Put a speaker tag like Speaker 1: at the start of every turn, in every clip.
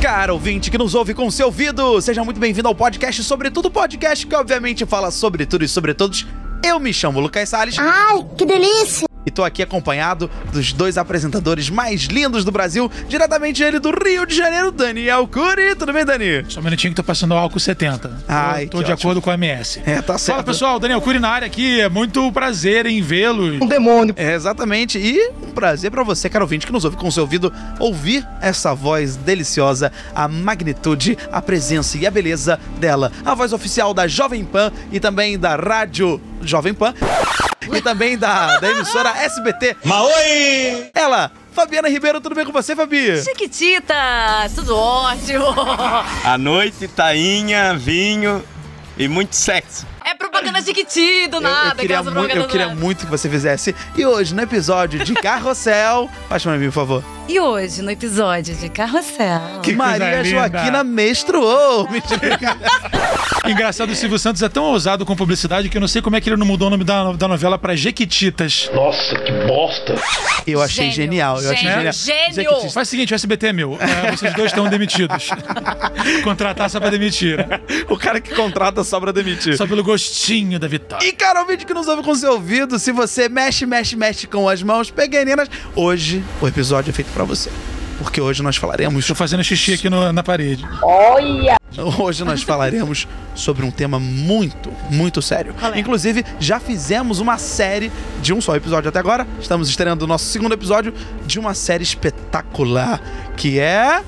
Speaker 1: Cara ouvinte que nos ouve com seu ouvido, seja muito bem-vindo ao podcast Sobretudo Podcast, que obviamente fala sobre tudo e sobre todos. Eu me chamo Lucas Salles
Speaker 2: Ai, que delícia!
Speaker 1: e tô aqui acompanhado dos dois apresentadores mais lindos do Brasil, diretamente ele do Rio de Janeiro, Daniel Cury. Tudo bem, Dani?
Speaker 3: Só um minutinho que tô passando álcool 70.
Speaker 1: Ai,
Speaker 3: Eu tô
Speaker 1: que
Speaker 3: de
Speaker 1: ótimo.
Speaker 3: acordo com a MS.
Speaker 1: É, tá certo.
Speaker 3: Fala pessoal, Daniel Cury na área aqui. É muito prazer em vê-los.
Speaker 2: Um
Speaker 1: É, exatamente. E um prazer pra você, cara ouvinte, que nos ouve com seu ouvido, ouvir essa voz deliciosa, a magnitude, a presença e a beleza dela. A voz oficial da Jovem Pan e também da Rádio Jovem Pan e também da, da emissora SBT. Maoi! Ela, Fabiana Ribeiro, tudo bem com você, Fabi?
Speaker 4: Chiquitita, tudo ótimo.
Speaker 5: À noite, tainha, vinho e muito sexo.
Speaker 4: É propaganda chiquitita, do nada.
Speaker 1: eu queria,
Speaker 4: aquelas
Speaker 1: mui- eu
Speaker 4: propagandas do
Speaker 1: queria
Speaker 4: nada.
Speaker 1: muito que você fizesse. E hoje, no episódio de Carrossel. Baixa pra mim, por favor.
Speaker 4: E hoje, no episódio de Carrossel...
Speaker 3: Que coisa
Speaker 1: Maria
Speaker 3: linda.
Speaker 1: Joaquina menstruou. Mentira.
Speaker 3: Engraçado, o Silvio Santos é tão ousado com publicidade que eu não sei como é que ele não mudou o nome da, da novela pra Jequititas.
Speaker 6: Nossa, que bosta!
Speaker 1: Eu achei
Speaker 4: Gênio,
Speaker 1: genial. Eu achei genial.
Speaker 4: gênio, gênio.
Speaker 1: Jequiti-
Speaker 3: Faz o seguinte, o SBT é meu. É, vocês dois estão demitidos. Contratar só pra demitir.
Speaker 1: O cara que contrata só pra demitir.
Speaker 3: Só pelo gostinho da vitória.
Speaker 1: E cara, o vídeo que nos ouve com seu ouvido, se você mexe, mexe, mexe com as mãos pequeninas, hoje o episódio é feito pra você. Porque hoje nós falaremos,
Speaker 3: Tô fazendo xixi aqui no- na parede.
Speaker 1: hoje nós falaremos sobre um tema muito, muito sério.
Speaker 4: é?
Speaker 1: Inclusive, já fizemos uma série de um só episódio até agora. Estamos estreando o nosso segundo episódio de uma série espetacular, que é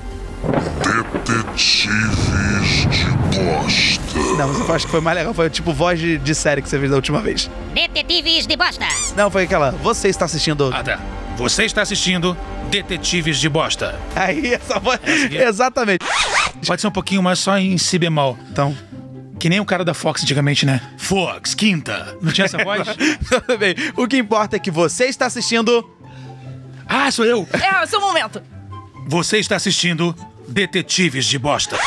Speaker 1: Não, mas eu acho que foi mais legal, foi tipo voz de, de série que você fez da última vez.
Speaker 7: Detetives de bosta.
Speaker 1: Não, foi aquela, você está assistindo
Speaker 3: Ah, tá. Você está assistindo Detetives de Bosta.
Speaker 1: Aí, essa voz. Exatamente.
Speaker 3: Pode ser um pouquinho mais só em si bemol.
Speaker 1: Então,
Speaker 3: Que nem o cara da Fox antigamente, né? Fox, quinta. Não tinha essa voz?
Speaker 1: tudo bem. O que importa é que você está assistindo.
Speaker 3: ah, sou eu.
Speaker 4: É, é o seu momento.
Speaker 3: Você está assistindo Detetives de Bosta.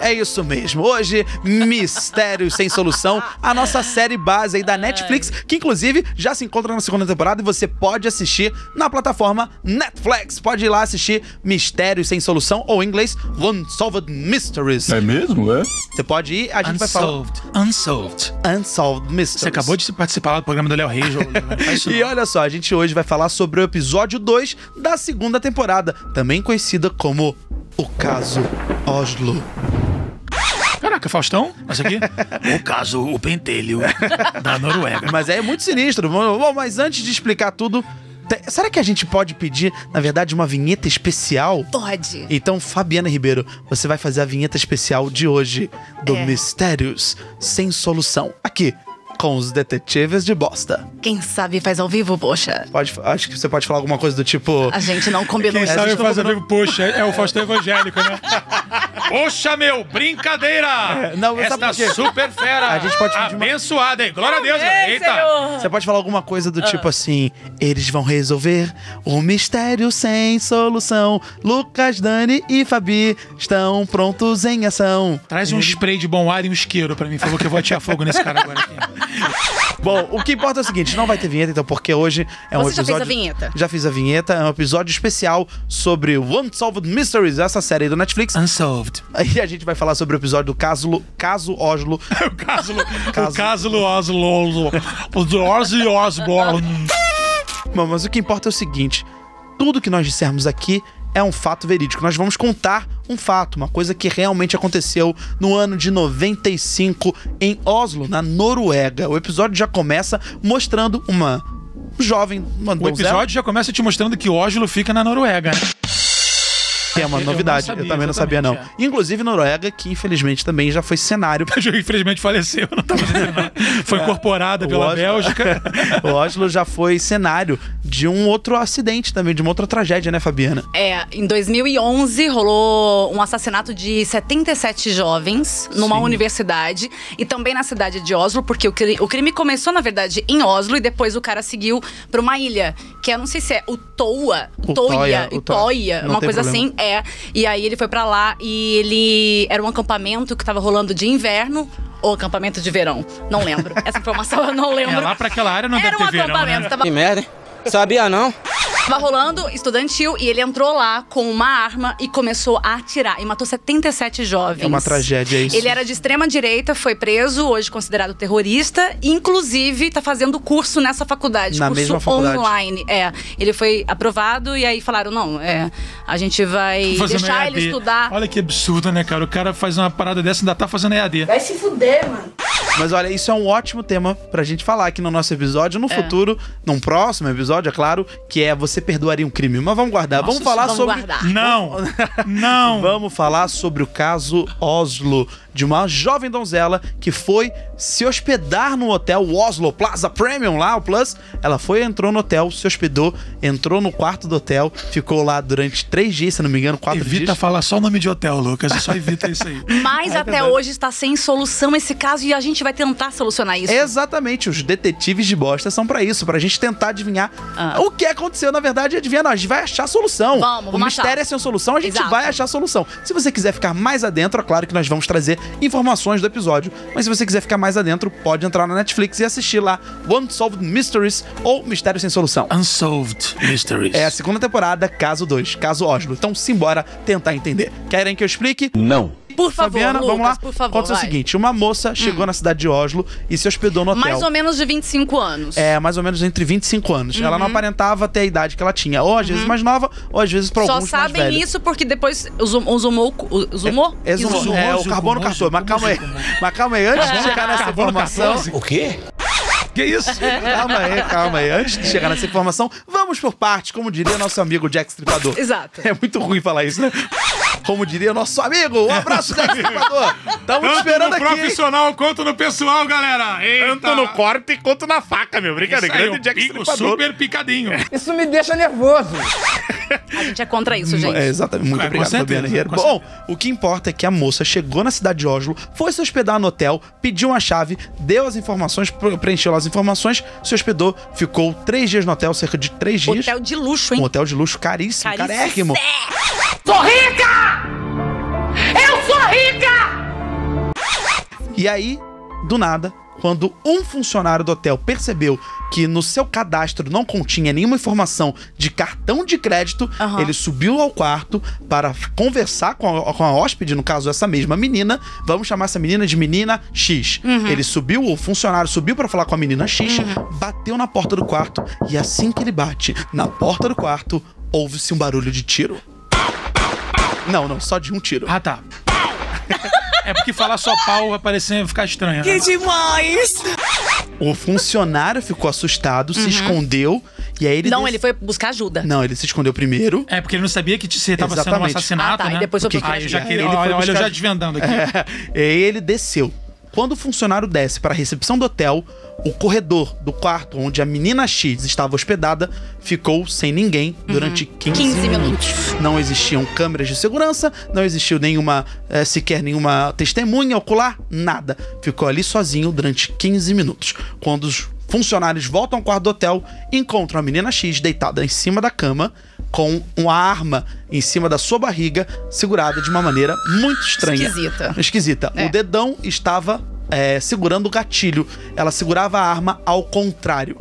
Speaker 1: É isso mesmo. Hoje, Mistérios Sem Solução, a nossa série base aí da Netflix, que inclusive já se encontra na segunda temporada e você pode assistir na plataforma Netflix. Pode ir lá assistir Mistérios Sem Solução, ou em inglês, Unsolved Mysteries.
Speaker 5: mesmo, é?
Speaker 1: Você pode ir, a gente vai falar
Speaker 3: Unsolved. Unsolved.
Speaker 1: Unsolved Mysteries.
Speaker 3: Você acabou de se participar lá do programa do Léo Reis. ô, Léo, não faz isso
Speaker 1: E
Speaker 3: não.
Speaker 1: olha só, a gente hoje vai falar sobre o episódio 2 da segunda temporada, também conhecida como O Caso Oslo.
Speaker 3: Caraca, Faustão. Essa aqui. o caso, o pentelho da Noruega.
Speaker 1: Mas é muito sinistro. Bom, bom, mas antes de explicar tudo, te- será que a gente pode pedir, na verdade, uma vinheta especial?
Speaker 4: Pode.
Speaker 1: Então, Fabiana Ribeiro, você vai fazer a vinheta especial de hoje do
Speaker 4: É.
Speaker 1: Mistérios Sem Solução, aqui com os detetives de bosta.
Speaker 4: Quem sabe faz ao vivo, poxa.
Speaker 1: Pode, acho que você pode falar alguma coisa do tipo.
Speaker 4: A gente não combinou
Speaker 3: Quem
Speaker 4: isso.
Speaker 3: sabe faz amigo, poxa, é o Faustão evangélico, né? Poxa, meu, brincadeira!
Speaker 1: É, não, sabe
Speaker 3: Esta
Speaker 1: por quê?
Speaker 3: super fera!
Speaker 1: A gente pode pedir uma-
Speaker 3: Abençoada, hein? Glória a Deus, galera. Eita!
Speaker 4: é
Speaker 1: Você pode falar alguma coisa do tipo assim: eles vão resolver o mistério sem solução. Lucas, Dani e Fabi estão prontos em ação.
Speaker 3: Traz um spray de bom ar e um isqueiro pra mim, por favor, que eu vou atirar fogo nesse cara agora aqui.
Speaker 1: Bom, o que importa é o seguinte: não vai ter vinheta, então, porque hoje é um
Speaker 4: Você já
Speaker 1: episódio.
Speaker 4: fez a vinheta?
Speaker 1: Já fiz a vinheta, é um episódio especial sobre Unsolved Mysteries, essa série aí do Netflix.
Speaker 3: Unsolved.
Speaker 1: Aí a gente vai falar sobre o episódio do caso, caso Oslo.
Speaker 3: O caso,
Speaker 1: Caso-
Speaker 3: o caso do Oslo, o do Ozzy Osbourne.
Speaker 1: Bom, mas o que importa é o seguinte: tudo que nós dissermos aqui é um fato verídico. Nós vamos contar um fato, uma coisa que realmente aconteceu no ano de 95 em Oslo, na Noruega. O episódio já começa mostrando uma jovem, uma
Speaker 3: O episódio já começa te mostrando que Oslo fica na Noruega, né?
Speaker 1: que é uma
Speaker 3: eu não
Speaker 1: novidade.
Speaker 3: sabia,
Speaker 1: eu também não sabia não.
Speaker 3: exatamente,
Speaker 1: Inclusive Noruega, que infelizmente também já foi cenário
Speaker 3: Infelizmente faleceu, não tava fazendo nada. Foi incorporada
Speaker 1: É. O
Speaker 3: pela
Speaker 1: Oslo-
Speaker 3: Bélgica.
Speaker 1: o Oslo já foi cenário de um outro acidente também, de uma outra tragédia, né, Fabiana?
Speaker 4: É, em 2011 rolou um assassinato de 77 jovens numa universidade e também na cidade de Oslo, porque o, cri- o crime começou, na verdade, em Oslo e depois o cara seguiu pra uma ilha, que eu não sei se é Utoa,
Speaker 1: Utoia,
Speaker 4: Utoia,
Speaker 1: Utoia.
Speaker 4: Utoia,
Speaker 1: Não
Speaker 4: uma
Speaker 1: tem
Speaker 4: coisa
Speaker 1: problema.
Speaker 4: assim, é. E aí ele foi pra lá e ele era um acampamento que tava rolando de inverno ou acampamento de verão, não lembro. Essa informação eu não lembro.
Speaker 3: É, lá pra aquela área não
Speaker 4: era
Speaker 3: deve
Speaker 4: um
Speaker 3: ter verão,
Speaker 4: acampamento,
Speaker 3: né?
Speaker 4: tava
Speaker 8: Que merda, hein? Sabia não?
Speaker 4: Tava rolando estudantil e ele entrou lá com uma arma e começou a atirar. E matou 77 jovens.
Speaker 1: É uma tragédia isso.
Speaker 4: Ele era de extrema direita, foi preso, hoje considerado terrorista. e, Inclusive, tá fazendo curso nessa faculdade.
Speaker 1: Na
Speaker 4: curso
Speaker 1: mesma faculdade.
Speaker 4: online. É. Ele foi aprovado e aí falaram: não, é, a gente vai
Speaker 3: Fazendo
Speaker 4: deixar
Speaker 3: EAD.
Speaker 4: ele estudar.
Speaker 3: Olha que absurdo, né, cara? O cara faz uma parada dessa e ainda tá fazendo EAD.
Speaker 2: Vai se fuder, mano.
Speaker 1: Mas olha, isso é um ótimo tema pra gente falar aqui no nosso episódio,
Speaker 4: É.
Speaker 1: no futuro, num próximo episódio, é claro, que é você perdoaria um crime. Mas vamos guardar, vamos falar
Speaker 4: vamos
Speaker 1: sobre
Speaker 4: guardar.
Speaker 3: Não! Não!
Speaker 1: Então, Vamos falar sobre o caso Oslo, de uma jovem donzela que foi se hospedar no hotel Oslo Plaza Premium lá, o Plus. Ela foi, entrou no hotel, se hospedou, entrou no quarto do hotel, ficou lá durante três dias, se não me engano, quatro
Speaker 3: Evita
Speaker 1: dias.
Speaker 3: falar só o nome de hotel, Lucas. É Só evita isso aí.
Speaker 4: Mas até hoje está sem solução esse caso e a gente vai tentar solucionar isso.
Speaker 1: Exatamente, os detetives de bosta são pra isso, pra gente tentar adivinhar o que aconteceu. Na verdade, adivinhar, não, a gente vai achar a solução.
Speaker 4: Ah. Vamos,
Speaker 1: o
Speaker 4: vamos
Speaker 1: mistério
Speaker 4: achar.
Speaker 1: é sem solução, a gente
Speaker 4: Exato.
Speaker 1: vai achar a solução. Se você quiser ficar mais adentro, é claro que nós vamos trazer informações do episódio, mas se você quiser ficar mais adentro, pode entrar na Netflix e assistir lá Unsolved Mysteries ou Mistério Sem Solução.
Speaker 3: Unsolved Mysteries.
Speaker 1: É a segunda temporada, caso 2, caso Oslo. Então, simbora tentar entender. Querem que eu explique?
Speaker 5: Não.
Speaker 4: Por favor,
Speaker 1: Fabiana,
Speaker 4: Lucas,
Speaker 1: vamos lá.
Speaker 4: por favor.
Speaker 1: Aconteceu o
Speaker 4: vai. Hum.
Speaker 1: seguinte: uma moça chegou na cidade de Oslo e se hospedou no hotel.
Speaker 4: Mais ou menos de 25 anos.
Speaker 1: É, mais ou menos entre 25 anos. Ela não
Speaker 4: Uhum.
Speaker 1: aparentava ter a idade que ela tinha. Ou às vezes mais nova, ou às vezes pra
Speaker 4: Só
Speaker 1: alguns mais
Speaker 4: sabem
Speaker 1: velho.
Speaker 4: isso porque depois exum- exumou. o-
Speaker 1: Exumou.
Speaker 4: Exumou?
Speaker 3: Exumou,
Speaker 1: É, o
Speaker 3: exumou,
Speaker 1: carbono cartou.
Speaker 3: exumou,
Speaker 1: Mas calma aí. Mas calma aí, antes
Speaker 4: Ah.
Speaker 1: de chegar nessa
Speaker 3: Carbono
Speaker 1: informação.
Speaker 3: 14.
Speaker 6: O quê?
Speaker 3: Que isso?
Speaker 1: Calma aí, calma aí. Antes de chegar nessa informação, vamos por partes, como diria nosso amigo Jack Stripador.
Speaker 4: Exato.
Speaker 1: É muito ruim falar isso, né? Como diria nosso amigo, um abraço, Jack Stripador. Estamos esperando aqui. hein?
Speaker 3: quanto no pessoal, galera. Eita.
Speaker 7: corte e conto na faca, meu. Brincadeira.
Speaker 3: Isso aí,
Speaker 7: Grande
Speaker 3: o
Speaker 7: Jack
Speaker 3: pico
Speaker 7: Stripador.
Speaker 3: super picadinho.
Speaker 2: Isso me deixa nervoso.
Speaker 4: A gente é contra isso, gente.
Speaker 1: É, exatamente. Muito
Speaker 3: É, com
Speaker 1: obrigado,
Speaker 3: certeza,
Speaker 1: Fabiana Ribeiro.
Speaker 3: com
Speaker 1: Bom, o que importa é que a moça chegou na cidade de Oslo, foi se hospedar no hotel, pediu uma chave, deu as informações, pre- preencheu as informações, se hospedou, ficou três dias no hotel, cerca de três dias.
Speaker 4: Hotel de luxo,
Speaker 1: Um
Speaker 4: hein?
Speaker 1: hotel de luxo caríssimo,
Speaker 4: Caríssimo.
Speaker 1: carérrimo.
Speaker 2: Sou rica! Eu sou rica!
Speaker 1: E aí, do nada, quando um funcionário do hotel percebeu que no seu cadastro não continha nenhuma informação de cartão de crédito,
Speaker 4: Aham.
Speaker 1: ele subiu ao quarto para conversar com a, com a hóspede, no caso essa mesma menina. Vamos chamar essa menina de menina X. Ele subiu, o funcionário subiu para falar com a menina X, bateu na porta do quarto e assim que ele bate na porta do quarto, ouve-se um barulho de tiro. Não, não, só de um tiro.
Speaker 3: Ah, tá. É porque falar só pau vai parecer ficar estranho. né?
Speaker 1: O funcionário ficou assustado, se escondeu e aí ele
Speaker 4: Uhum. Não,
Speaker 1: dec-
Speaker 4: ele foi buscar ajuda.
Speaker 1: é Não, ele se escondeu primeiro.
Speaker 3: É porque ele não sabia que te- você tava sendo um
Speaker 1: Exatamente.
Speaker 3: assassinato,
Speaker 4: Ah, tá, e
Speaker 3: né?
Speaker 4: depois eu
Speaker 3: Porque-
Speaker 4: fui É.
Speaker 3: Ah, eu já
Speaker 1: buscar.
Speaker 3: queria.
Speaker 1: Ele foi
Speaker 3: Olha, olha, eu
Speaker 1: buscar-
Speaker 3: já desvendando aqui.
Speaker 1: É, e aí ele desceu. Quando o funcionário desce para a recepção do hotel, o corredor do quarto onde a menina X estava hospedada ficou sem ninguém durante 15,
Speaker 4: 15 minutos.
Speaker 1: Não existiam câmeras de segurança, não existiu nenhuma, eh, sequer nenhuma testemunha ocular, nada. Ficou ali sozinho durante 15 minutos. Quando os funcionários voltam ao quarto do hotel, encontram a menina X deitada em cima da cama com uma arma em cima da sua barriga, segurada de uma maneira muito estranha.
Speaker 4: Esquisita.
Speaker 1: Esquisita.
Speaker 4: É.
Speaker 1: O dedão estava é, segurando o gatilho. Ela segurava a arma ao contrário.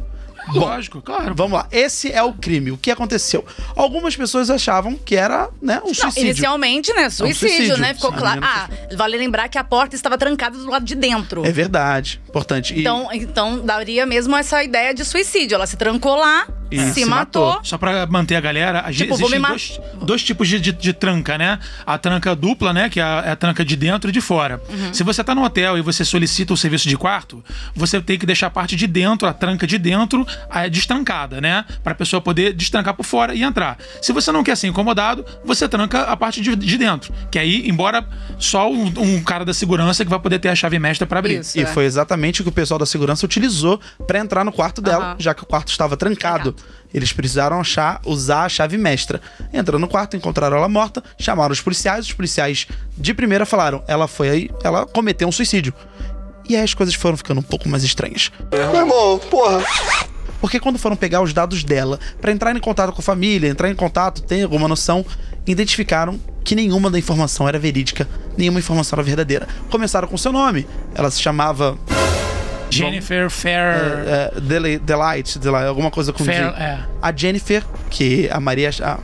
Speaker 1: Bom,
Speaker 3: Lógico, claro.
Speaker 1: vamos lá. Esse é o crime. O que aconteceu? Algumas pessoas achavam que era né, um
Speaker 4: Não,
Speaker 1: suicídio. É um
Speaker 4: inicialmente, né? Suicídio,
Speaker 1: suicídio.
Speaker 4: né? Ficou
Speaker 1: Sim, é um
Speaker 4: claro.
Speaker 1: menina
Speaker 4: Ah, vale lembrar que a porta estava trancada do lado de dentro.
Speaker 1: É verdade. Importante. E-
Speaker 4: Então, então daria mesmo essa ideia de suicídio. Ela se trancou lá,
Speaker 1: E
Speaker 4: se,
Speaker 1: se
Speaker 4: matou.
Speaker 1: matou.
Speaker 3: É. Só pra manter a galera, a gente
Speaker 4: Tipo, vou
Speaker 3: existem
Speaker 4: me
Speaker 3: dois, dois tipos de, de- de tranca, né? A tranca dupla, né? Que é a, é a tranca de dentro e de fora.
Speaker 4: Uhum.
Speaker 3: Se você tá no hotel e você solicita o serviço de quarto, você tem que deixar a parte de dentro, a tranca de dentro, a destrancada, né? Pra pessoa poder destrancar por fora e entrar. Se você não quer ser incomodado, você tranca a parte de, de dentro. Que aí, embora só um, um cara da segurança que vai poder ter a chave mestra pra abrir.
Speaker 4: Isso. é.
Speaker 1: E foi exatamente o que o pessoal da segurança utilizou pra entrar no quarto dela,
Speaker 4: Aham.
Speaker 1: já que o quarto estava trancado. Eles precisaram achar, usar a chave mestra. Entraram no quarto, encontraram ela morta, chamaram os policiais. Os policiais de primeira falaram: ela foi aí, ela cometeu um suicídio. E aí as coisas foram ficando um pouco mais estranhas.
Speaker 6: Meu irmão, porra.
Speaker 1: Porque quando foram pegar os dados dela pra entrar em contato com a família, entrar em contato, ter alguma noção, identificaram que nenhuma da informação era verídica, nenhuma informação era verdadeira. Começaram com seu nome. Ela se chamava
Speaker 3: Jennifer Fair.
Speaker 1: É, Deli- Delight, sei lá, alguma coisa com
Speaker 3: Fair,
Speaker 1: G.
Speaker 3: é.
Speaker 1: A Jennifer, que a Maria. A,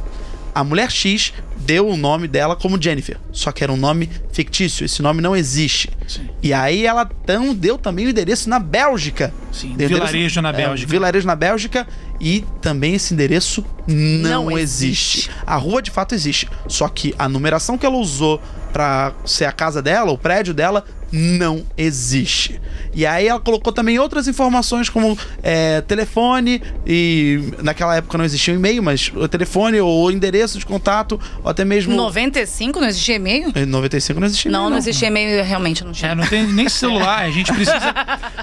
Speaker 1: a mulher X deu o nome dela como Jennifer. Só que era um nome fictício. Esse nome não existe.
Speaker 3: Sim.
Speaker 1: E aí ela tão, deu também o endereço na Bélgica.
Speaker 3: Sim,
Speaker 1: Deu o endereço-
Speaker 3: vilarejo na
Speaker 1: é,
Speaker 3: Bélgica.
Speaker 1: vilarejo na Bélgica. E também esse endereço não,
Speaker 4: Não
Speaker 1: existe.
Speaker 4: existe.
Speaker 1: A rua de fato existe. Só que a numeração que ela usou pra ser a casa dela, o prédio dela, não existe. E aí ela colocou também outras informações como é, telefone e naquela época não existia o e-mail, mas o telefone ou o endereço de contato, ou até mesmo É,
Speaker 4: 95 não existia e-mail?
Speaker 1: em 95 não existia.
Speaker 4: Não,
Speaker 1: e-mail,
Speaker 4: não existia e-mail, realmente não tinha.
Speaker 3: É, não tem nem celular, a gente precisa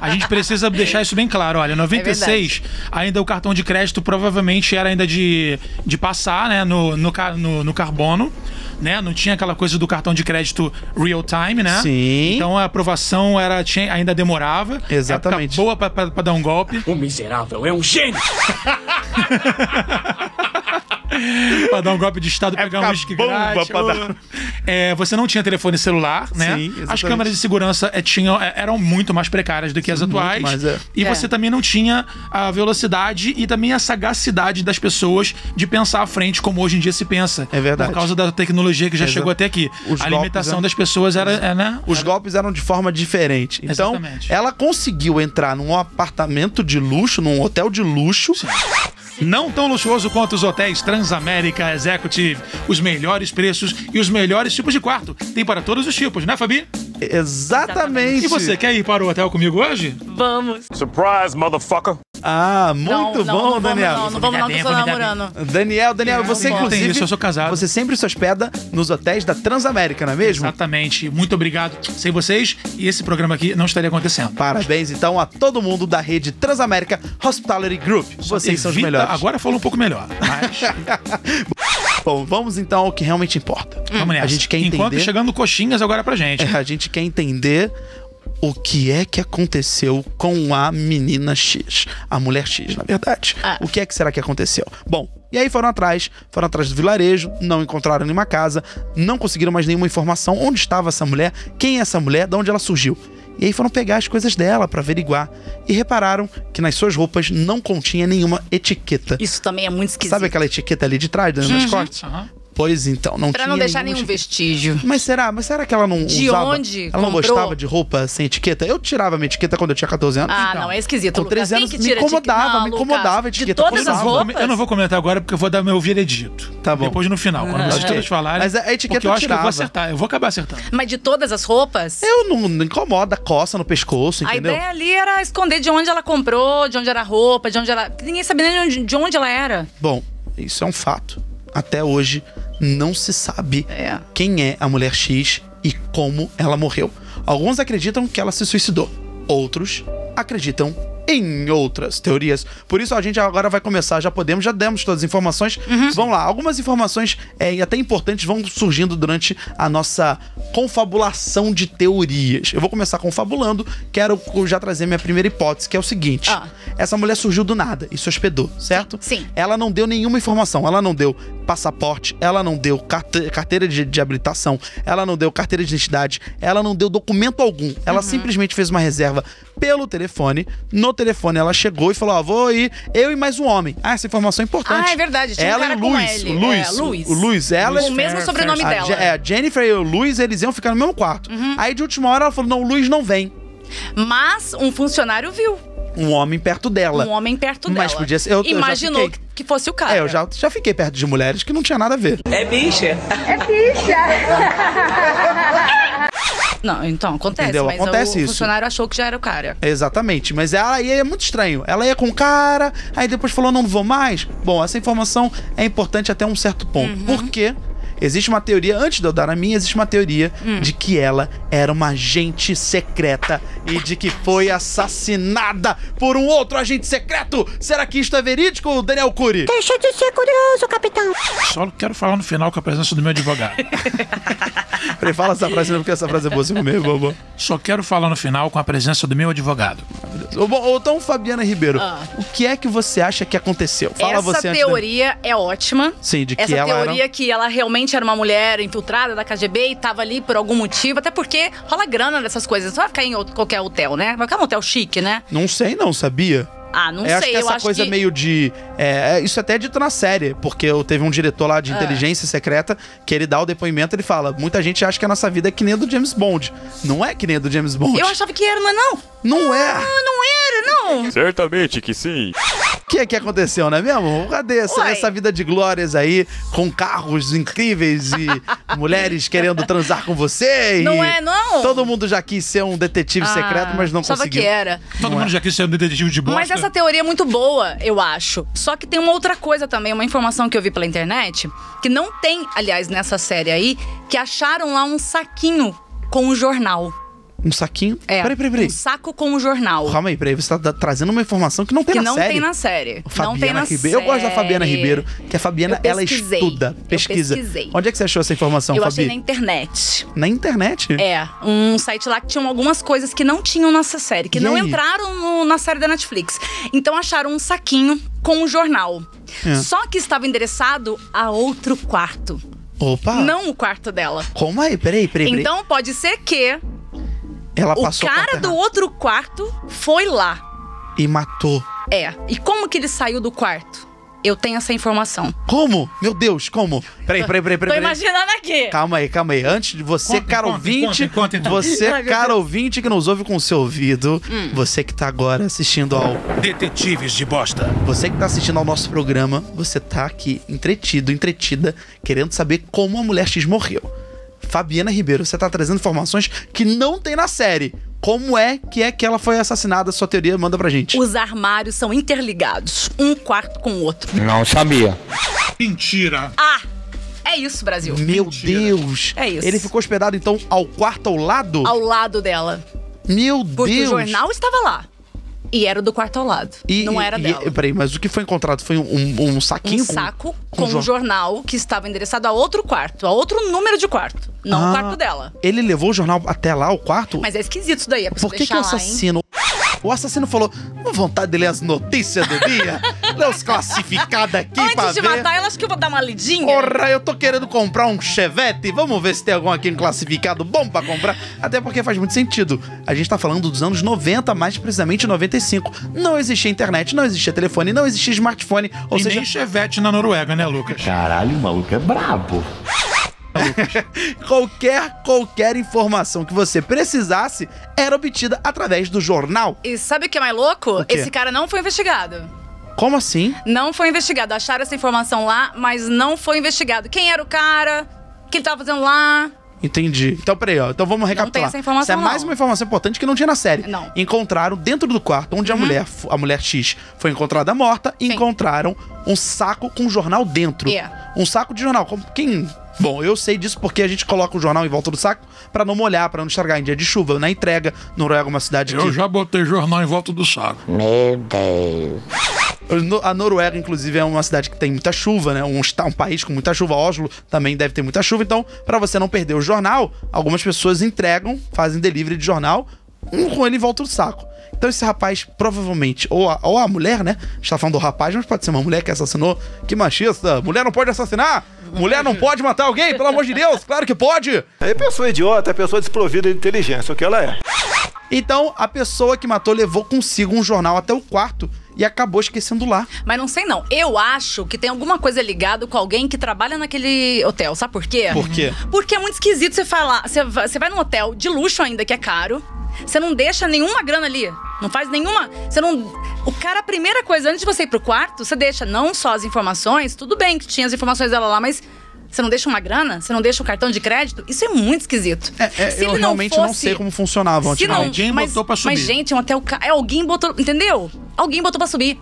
Speaker 3: a gente precisa deixar isso bem claro. Olha, 96, ainda o cartão de crédito provavelmente era ainda de, de passar, né, no, no, ca- no, no carbono, né? Não tinha aquela coisa do cartão de crédito real time, né?
Speaker 1: Sim.
Speaker 3: Então a aprovação era tinha, ainda demorava.
Speaker 1: Exatamente.
Speaker 3: Época Boa pra- pra pra dar um golpe.
Speaker 6: O miserável é um gênio!
Speaker 3: pra dar um golpe de estado, pegar um
Speaker 7: ficar
Speaker 3: uísque
Speaker 7: bomba
Speaker 3: grátis.
Speaker 7: pra dar.
Speaker 3: É, você não tinha telefone celular, né?
Speaker 1: Sim, exatamente.
Speaker 3: As câmeras de segurança é, tinham, é, eram muito mais precárias do que as atuais.
Speaker 1: mais, é.
Speaker 3: E
Speaker 4: É.
Speaker 3: você também não tinha a velocidade e também a sagacidade das pessoas de pensar à frente como hoje em dia se pensa.
Speaker 1: É verdade.
Speaker 3: Por causa da tecnologia que já
Speaker 1: Exato.
Speaker 3: chegou até aqui.
Speaker 1: Os
Speaker 3: a
Speaker 1: golpes,
Speaker 3: limitação
Speaker 1: né?
Speaker 3: das pessoas era, é, né?
Speaker 1: Os golpes eram de forma diferente. Então,
Speaker 3: Exatamente.
Speaker 1: ela conseguiu entrar num apartamento de luxo, num hotel de luxo.
Speaker 3: Não tão luxuoso quanto os hotéis Transamérica Executive. Os melhores preços e os melhores tipos de quarto. Tem para todos os tipos, né, Fabi?
Speaker 1: Exatamente.
Speaker 3: E você, quer ir para o hotel comigo hoje?
Speaker 4: Vamos.
Speaker 7: Surprise, motherfucker.
Speaker 1: Ah, muito
Speaker 4: não, não,
Speaker 1: bom,
Speaker 4: não
Speaker 1: Daniel.
Speaker 4: Vamos, não, não vamos não, que eu tô
Speaker 3: Vou me dar bem, vou me dar
Speaker 4: namorando.
Speaker 1: Daniel, Daniel, você
Speaker 3: não
Speaker 1: inclusive.
Speaker 3: tem isso, eu sou casado.
Speaker 1: Você sempre se hospeda nos hotéis da Transamérica, não é mesmo?
Speaker 3: Exatamente. Muito obrigado. Sem vocês, e esse programa aqui não estaria acontecendo.
Speaker 1: Parabéns então a todo mundo da rede Transamérica Hospitality Group. Vocês são os
Speaker 3: Evita-
Speaker 1: melhores.
Speaker 3: Agora falou um pouco melhor. Mas
Speaker 1: Bom, vamos então ao que realmente importa.
Speaker 3: vamos nessa.
Speaker 1: A gente quer
Speaker 3: Enquanto
Speaker 1: entender.
Speaker 3: chegando coxinhas agora pra gente.
Speaker 1: É, a gente quer entender o que é que aconteceu com a menina X. A mulher X, na verdade.
Speaker 4: Ah.
Speaker 1: O que é que será que aconteceu? Bom, e aí foram atrás, foram atrás do vilarejo, não encontraram nenhuma casa, não conseguiram mais nenhuma informação onde estava essa mulher, quem é essa mulher, de onde ela surgiu. E aí foram pegar as coisas dela pra averiguar e repararam que nas suas roupas não continha nenhuma etiqueta.
Speaker 4: Isso também é muito esquisito. Hum.
Speaker 1: Sabe aquela etiqueta ali de trás, das
Speaker 4: Uhum.
Speaker 1: nas costas?
Speaker 3: Aham.
Speaker 1: Pois então, não
Speaker 4: Pra
Speaker 1: tinha
Speaker 4: não deixar
Speaker 1: nenhuma
Speaker 4: nenhum
Speaker 1: etiqueta.
Speaker 4: vestígio.
Speaker 1: Mas será? Mas será que ela não
Speaker 4: De
Speaker 1: usava?
Speaker 4: onde
Speaker 1: Ela não
Speaker 4: comprou?
Speaker 1: gostava de roupa sem etiqueta? Eu tirava minha etiqueta quando eu tinha 14 anos.
Speaker 4: Ah,
Speaker 1: Então,
Speaker 4: não, é esquisito.
Speaker 1: Com
Speaker 4: Lucas.
Speaker 1: 13 anos
Speaker 4: Quem que
Speaker 1: me
Speaker 4: tira
Speaker 1: incomodava,
Speaker 4: etiqueta?
Speaker 1: me
Speaker 4: Não,
Speaker 1: incomodava a
Speaker 4: Lucas.
Speaker 1: etiqueta,
Speaker 4: De
Speaker 1: eu
Speaker 4: todas
Speaker 3: Eu
Speaker 4: as
Speaker 1: usava.
Speaker 3: não vou come-
Speaker 4: roupas?
Speaker 3: eu não vou comentar agora porque eu vou dar meu veredito.
Speaker 1: Tá bom.
Speaker 3: Depois no final, quando
Speaker 4: Ah, é.
Speaker 3: vocês todos falarem.
Speaker 1: Mas a etiqueta
Speaker 3: porque eu acho que eu
Speaker 1: tirava.
Speaker 3: vou acertar. Eu vou acabar acertando.
Speaker 4: Mas de todas as roupas?
Speaker 1: Eu não, não incomoda, coça no pescoço,
Speaker 4: A
Speaker 1: É, entendeu?
Speaker 4: ideia ali era esconder de onde ela comprou, de onde era a roupa, de onde ela. Ninguém sabia nem de onde, de onde ela era.
Speaker 1: Bom, isso é um fato. Até hoje não se sabe
Speaker 4: É.
Speaker 1: quem é a mulher X e como ela morreu. Alguns acreditam que ela se suicidou, outros acreditam em outras teorias. Por isso a gente agora vai começar, já podemos, já demos todas as informações.
Speaker 4: Uhum.
Speaker 1: Vamos lá, algumas informações é, e até importantes vão surgindo durante a nossa confabulação de teorias. Eu vou começar confabulando, quero já trazer minha primeira hipótese, que é o seguinte.
Speaker 4: Ah.
Speaker 1: Essa mulher surgiu do nada e se hospedou, certo?
Speaker 4: Sim.
Speaker 1: Ela não deu nenhuma informação. Ela não deu passaporte, ela não deu carte- carteira de, de habilitação, ela não deu carteira de identidade, ela não deu documento algum. Ela
Speaker 4: Uhum.
Speaker 1: simplesmente fez uma reserva pelo telefone. No telefone ela chegou e falou: Ó, vou ir, eu e mais um homem. Ah, essa informação é importante.
Speaker 4: Ah, é verdade, tinha um
Speaker 1: ela
Speaker 4: cara
Speaker 1: e
Speaker 4: com
Speaker 1: Luiz,
Speaker 4: L.
Speaker 1: o Luiz.
Speaker 4: É, Luiz.
Speaker 1: O Luiz, ela.
Speaker 4: Com o mesmo
Speaker 3: Fair,
Speaker 4: sobrenome
Speaker 1: a,
Speaker 4: dela. Uhum.
Speaker 1: Je- é, a Jennifer e o Luiz, eles iam ficar no mesmo quarto. Aí de última hora ela falou: não, o Luiz não vem.
Speaker 4: Mas um funcionário viu
Speaker 1: Um homem perto dela.
Speaker 4: um homem perto dela.
Speaker 1: Mas podia ser- eu- eu já
Speaker 4: Imaginou
Speaker 1: fiquei.
Speaker 4: que- que fosse o cara.
Speaker 1: É, eu já, já fiquei perto de mulheres que não tinha nada a ver.
Speaker 4: Não, então, acontece.
Speaker 1: Entendeu?
Speaker 4: Mas
Speaker 1: Acontece
Speaker 4: o
Speaker 1: isso.
Speaker 4: funcionário achou que já era o cara.
Speaker 1: Exatamente, mas ela ia é muito estranho. Ela ia com o cara, aí depois falou não vou mais. Bom, essa informação é importante até um certo ponto.
Speaker 4: Uhum.
Speaker 1: Porque existe uma teoria, antes de eu dar a minha, existe uma teoria
Speaker 4: Hum.
Speaker 1: de que ela era uma agente secreta e de que foi assassinada por um outro agente secreto. Será que isto é verídico, Daniel Cury?
Speaker 3: Só quero falar no final com a presença do meu advogado.
Speaker 1: Peraí, fala essa frase não, porque essa frase é boa, você comer, bobo.
Speaker 3: Só quero falar no final com a presença do meu advogado.
Speaker 1: Ou, bom, ou então, Fabiana Ribeiro,
Speaker 4: Ah.
Speaker 1: o que é que você acha que aconteceu? Fala
Speaker 4: Essa
Speaker 1: você antes da-
Speaker 4: teoria é ótima.
Speaker 1: Sim, de que
Speaker 4: Essa
Speaker 1: ela era-
Speaker 4: teoria que ela realmente era uma mulher infiltrada da KGB e tava ali por algum motivo, até porque rola grana dessas coisas. Não vai ficar em outro- qualquer hotel, né? Vai ficar um hotel chique, né?
Speaker 1: Não sei não, sabia?
Speaker 4: Ah, não
Speaker 1: eu É, acho que
Speaker 4: sei. eu
Speaker 1: essa
Speaker 4: acho
Speaker 1: coisa
Speaker 4: que...
Speaker 1: meio de. é, é, isso até é dito na série, porque eu teve um diretor lá
Speaker 4: Ah.
Speaker 1: de inteligência secreta que ele dá o depoimento ele fala: muita gente acha que a nossa vida é que nem a do James Bond. Não é que nem a do James Bond.
Speaker 4: Eu achava que era, mas não.
Speaker 1: Não é!
Speaker 4: Ah, não era, não.
Speaker 5: Certamente que sim.
Speaker 1: O que é que aconteceu, não é mesmo? Cadê essa,
Speaker 4: Uai.
Speaker 1: essa vida de glórias aí, com carros incríveis e mulheres querendo transar com você? e
Speaker 4: Não é, não? Ah,
Speaker 1: Todo mundo já quis ser um detetive secreto, mas não é.
Speaker 4: Achava
Speaker 1: conseguiu.
Speaker 4: que era.
Speaker 3: Todo mundo já quis ser um detetive de bosta.
Speaker 4: Mas essa teoria é muito boa, eu acho. Só que tem uma outra coisa também, uma informação que eu vi pela internet, que não tem, aliás, nessa série aí, que acharam lá um saquinho com o jornal.
Speaker 1: Um saquinho?
Speaker 4: É,
Speaker 1: Peraí, peraí, peraí.
Speaker 4: um saco com o jornal.
Speaker 1: Calma aí, peraí. Você tá da- trazendo uma informação que não tem
Speaker 4: que
Speaker 1: tá na
Speaker 4: não
Speaker 1: série.
Speaker 4: tem na série.
Speaker 1: Fabiana
Speaker 4: não tem na
Speaker 1: Ribeiro. Eu gosto da Fabiana
Speaker 4: série.
Speaker 1: Ribeiro, que a Fabiana,
Speaker 4: Eu
Speaker 1: ela
Speaker 4: pesquisei.
Speaker 1: estuda,
Speaker 4: Eu
Speaker 1: pesquisa.
Speaker 4: pesquisei.
Speaker 1: Onde é que você achou essa informação,
Speaker 4: eu
Speaker 1: Fabi? Hum.
Speaker 4: achei na internet.
Speaker 1: Na internet?
Speaker 4: É, um site lá que tinham algumas coisas que não tinham nessa série, que
Speaker 1: E
Speaker 4: não
Speaker 1: aí?
Speaker 4: entraram no- na série da Netflix. Então acharam um saquinho com um jornal.
Speaker 1: É.
Speaker 4: Só que estava endereçado a outro quarto,
Speaker 1: Opa!
Speaker 4: não o quarto dela.
Speaker 1: Calma aí, peraí, peraí. peraí.
Speaker 4: Então pode ser que
Speaker 1: ela
Speaker 4: o
Speaker 1: passou
Speaker 4: cara
Speaker 1: pra
Speaker 4: do
Speaker 1: terra
Speaker 4: outro quarto foi lá.
Speaker 1: E matou.
Speaker 4: É. E como que ele saiu do quarto? Eu tenho essa informação.
Speaker 1: Como? Meu Deus, como? Peraí, peraí, peraí, peraí.
Speaker 4: Tô
Speaker 1: peraí.
Speaker 4: imaginando aqui.
Speaker 1: Calma aí, calma aí. Antes de você,
Speaker 3: Conta,
Speaker 1: caro
Speaker 3: conta,
Speaker 1: ouvinte,
Speaker 3: conta, conta, então.
Speaker 1: você,
Speaker 4: Ai, meu Deus. Hum.
Speaker 1: caro ouvinte que nos ouve com o seu ouvido, você que tá agora assistindo ao
Speaker 3: Detetives de bosta.
Speaker 1: Você que tá assistindo ao nosso programa, você tá aqui entretido, entretida, querendo saber como a mulher X morreu. Fabiana Ribeiro, você tá trazendo informações que não tem na série. Como é que é que ela foi assassinada? Sua teoria manda pra gente.
Speaker 4: Os armários são interligados, um quarto com o outro.
Speaker 3: Mentira.
Speaker 4: Ah, é isso, Brasil.
Speaker 1: Meu
Speaker 3: Mentira.
Speaker 1: Deus!
Speaker 4: É isso.
Speaker 1: Ele ficou hospedado então ao quarto ao lado?
Speaker 4: Ao lado dela.
Speaker 1: Meu
Speaker 4: Porque
Speaker 1: Deus!
Speaker 4: o jornal estava lá. E era do quarto ao lado.
Speaker 1: E-
Speaker 4: não era
Speaker 1: e-
Speaker 4: dela.
Speaker 1: e- peraí, mas o que foi encontrado foi um, um- um saquinho?
Speaker 4: um saco
Speaker 1: com
Speaker 4: com
Speaker 1: jor-
Speaker 4: um jornal que estava endereçado a outro quarto, a outro número de quarto. Não
Speaker 1: Ah.
Speaker 4: o quarto dela.
Speaker 1: Ele levou o jornal até lá, ao quarto?
Speaker 4: Mas é esquisito isso daí, é pra
Speaker 1: Por
Speaker 4: você
Speaker 1: que, assim? que
Speaker 4: deixar
Speaker 1: o
Speaker 4: lá, hein?
Speaker 1: assassino. O assassino falou: uma vontade de ler as notícias do dia, ler os classificados aqui pra
Speaker 4: Antes de
Speaker 1: ver.
Speaker 4: matar ela, acho que eu vou dar uma lidinha.
Speaker 1: Porra, eu tô querendo comprar um Chevette. Vamos ver se tem algum aqui um classificado bom pra comprar. Até porque faz muito sentido. A gente tá falando dos anos 90, mais precisamente 95. Não existia internet, não existia telefone, não existia smartphone. Ou
Speaker 3: e
Speaker 1: seja,
Speaker 3: nem Chevette na Noruega, né, Lucas?
Speaker 6: Caralho, o maluco é brabo.
Speaker 1: qualquer, qualquer informação que você precisasse era obtida através do jornal.
Speaker 4: E sabe o que é mais louco?
Speaker 1: quê?
Speaker 4: Esse cara não foi investigado.
Speaker 1: Como assim?
Speaker 4: Não foi investigado. Acharam essa informação lá, mas não foi investigado. Quem era o cara? O que ele tava fazendo lá?
Speaker 1: Entendi. Então, peraí, ó. Então vamos recapitular.
Speaker 4: tem essa informação,
Speaker 1: é mais
Speaker 4: não.
Speaker 1: uma informação importante que não tinha na série.
Speaker 4: Não. Uhum.
Speaker 1: Encontraram dentro do quarto onde a mulher, a mulher X, foi encontrada morta, encontraram um saco com jornal dentro.
Speaker 4: É.
Speaker 1: Um saco de jornal. Como- Quem. Bom, eu sei disso porque a gente coloca o jornal em volta do saco pra não molhar, pra não estragar em dia de chuva, na entrega. Noruega é uma cidade que.
Speaker 3: Eu já botei jornal em volta do saco.
Speaker 1: No- A Noruega, inclusive, é uma cidade que tem muita chuva, né? Um, esta- um país com muita chuva. Oslo também deve ter muita chuva. Então, pra você não perder o jornal, algumas pessoas entregam, fazem delivery de jornal, um com ele em volta do saco. Então, esse rapaz, provavelmente, ou a, ou a mulher, né? A gente tá falando do rapaz, mas pode ser uma mulher que assassinou. Que machista! Mulher não pode assassinar! Mulher não pode matar alguém, pelo amor de Deus! Claro que pode!
Speaker 8: É pessoa idiota, é pessoa desprovida de inteligência, o que ela é.
Speaker 1: Então, a pessoa que matou levou consigo um jornal até o quarto e acabou esquecendo lá.
Speaker 4: Mas não sei não. Eu acho que tem alguma coisa ligada com alguém que trabalha naquele hotel. Sabe por quê?
Speaker 1: Por quê?
Speaker 4: Porque é muito esquisito você falar. Você va- você vai num hotel de luxo ainda, que é caro. Você não deixa nenhuma grana ali. Não faz nenhuma. Você não. O cara, a primeira coisa, antes de você ir pro quarto, você deixa não só as informações, tudo bem que tinha as informações dela lá, mas. Você não deixa uma grana? Você não deixa um cartão de crédito? Isso é muito esquisito.
Speaker 1: É, é,
Speaker 4: Se
Speaker 1: eu
Speaker 4: ele não
Speaker 1: realmente não
Speaker 4: fosse-
Speaker 1: sei como funcionava
Speaker 4: se
Speaker 1: antigamente.
Speaker 4: não,
Speaker 3: Alguém
Speaker 4: mas,
Speaker 3: botou pra subir.
Speaker 4: Mas, gente, é um hotel. ca- É alguém botou. Entendeu? Alguém botou pra subir.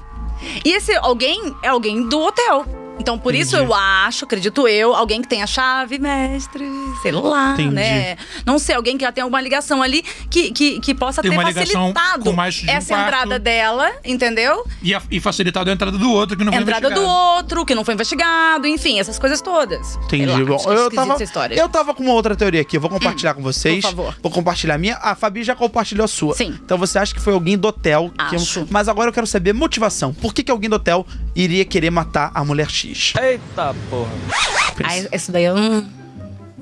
Speaker 4: E esse alguém é alguém do hotel. Então, por isso eu acho, acredito eu, alguém que tem a chave, mestre, sei lá,
Speaker 1: Entendi.
Speaker 4: né? Não sei, alguém que já tem alguma ligação ali que, que, que possa
Speaker 3: Tem
Speaker 4: ter
Speaker 3: uma ligação
Speaker 4: facilitado
Speaker 3: com mais de um
Speaker 4: essa
Speaker 3: quarto.
Speaker 4: entrada dela, entendeu?
Speaker 3: E, a- e facilitado a entrada do outro que não foi
Speaker 4: entrada do
Speaker 3: investigado.
Speaker 4: outro, que não foi investigado, enfim, essas coisas todas. Sei
Speaker 1: Entendi.
Speaker 4: lá,
Speaker 1: Bom,
Speaker 4: acho
Speaker 1: eu
Speaker 4: esquisita
Speaker 1: tava,
Speaker 4: essa história. Hum,
Speaker 1: eu tava com uma outra teoria aqui, eu vou compartilhar com vocês.
Speaker 4: por favor.
Speaker 1: Vou compartilhar a minha. A Fabi já compartilhou a sua.
Speaker 4: Sim.
Speaker 1: Então você acha que foi alguém do hotel. que-
Speaker 4: Acho.
Speaker 1: mas agora eu quero saber motivação. Por que, que alguém do hotel iria querer matar a mulher X?
Speaker 4: Ah, isso daí eu não.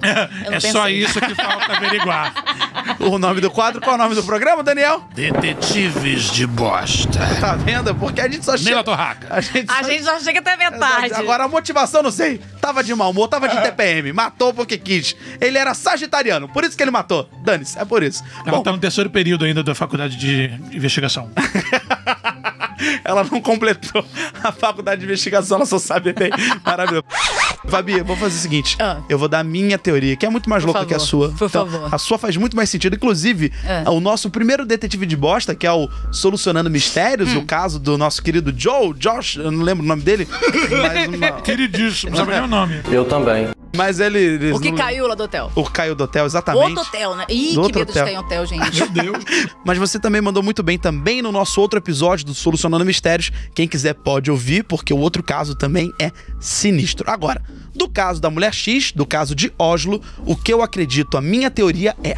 Speaker 4: Eu
Speaker 3: É
Speaker 4: não
Speaker 3: só
Speaker 4: pensei.
Speaker 3: isso que falta averiguar.
Speaker 1: O nome do quadro, qual é o nome do programa, Daniel?
Speaker 3: Detetives de bosta.
Speaker 1: Tá vendo? Porque a gente só
Speaker 3: Neila
Speaker 1: chega.
Speaker 3: Torraca.
Speaker 1: A gente
Speaker 4: A gente tá só chega até metade.
Speaker 1: Agora a motivação, não sei. Tava de mau humor, tava de TPM, matou porque quis. Ele era sagitariano, por isso que ele matou. Dane-se, é por isso.
Speaker 3: Ela
Speaker 1: Bom,
Speaker 3: tá no terceiro período ainda da faculdade de investigação.
Speaker 1: ela não completou a faculdade de investigação, ela só sabe bem. Maravilhoso. Fabi, eu vou fazer o seguinte:
Speaker 4: Ah.
Speaker 1: eu vou dar a minha teoria, que é muito mais louca que a
Speaker 4: favor,
Speaker 1: sua. Então,
Speaker 4: por favor.
Speaker 1: A sua faz muito mais sentido. Inclusive,
Speaker 4: Ah.
Speaker 1: o nosso primeiro detetive de bosta, que é o Solucionando
Speaker 4: Hum.
Speaker 1: Mistérios, o caso do nosso querido Joe, Josh, eu não lembro o nome dele, mas, uma-
Speaker 3: Queridíssimo, não sabe nem o nome.
Speaker 1: mas ele. eles
Speaker 4: O que
Speaker 3: né?
Speaker 1: não-
Speaker 4: caiu lá do hotel?
Speaker 1: O Caio do Hotel, exatamente.
Speaker 4: Outro hotel, né? Ih,
Speaker 1: Do
Speaker 4: que
Speaker 1: outro
Speaker 4: medo de
Speaker 1: hotel.
Speaker 4: cair em hotel, gente.
Speaker 1: Mas você também mandou muito bem também no nosso outro episódio do Solucionando Mistérios. Quem quiser pode ouvir, porque o outro caso também é sinistro. Agora, do caso da mulher X, do caso de Oslo, o que eu acredito, a minha teoria é: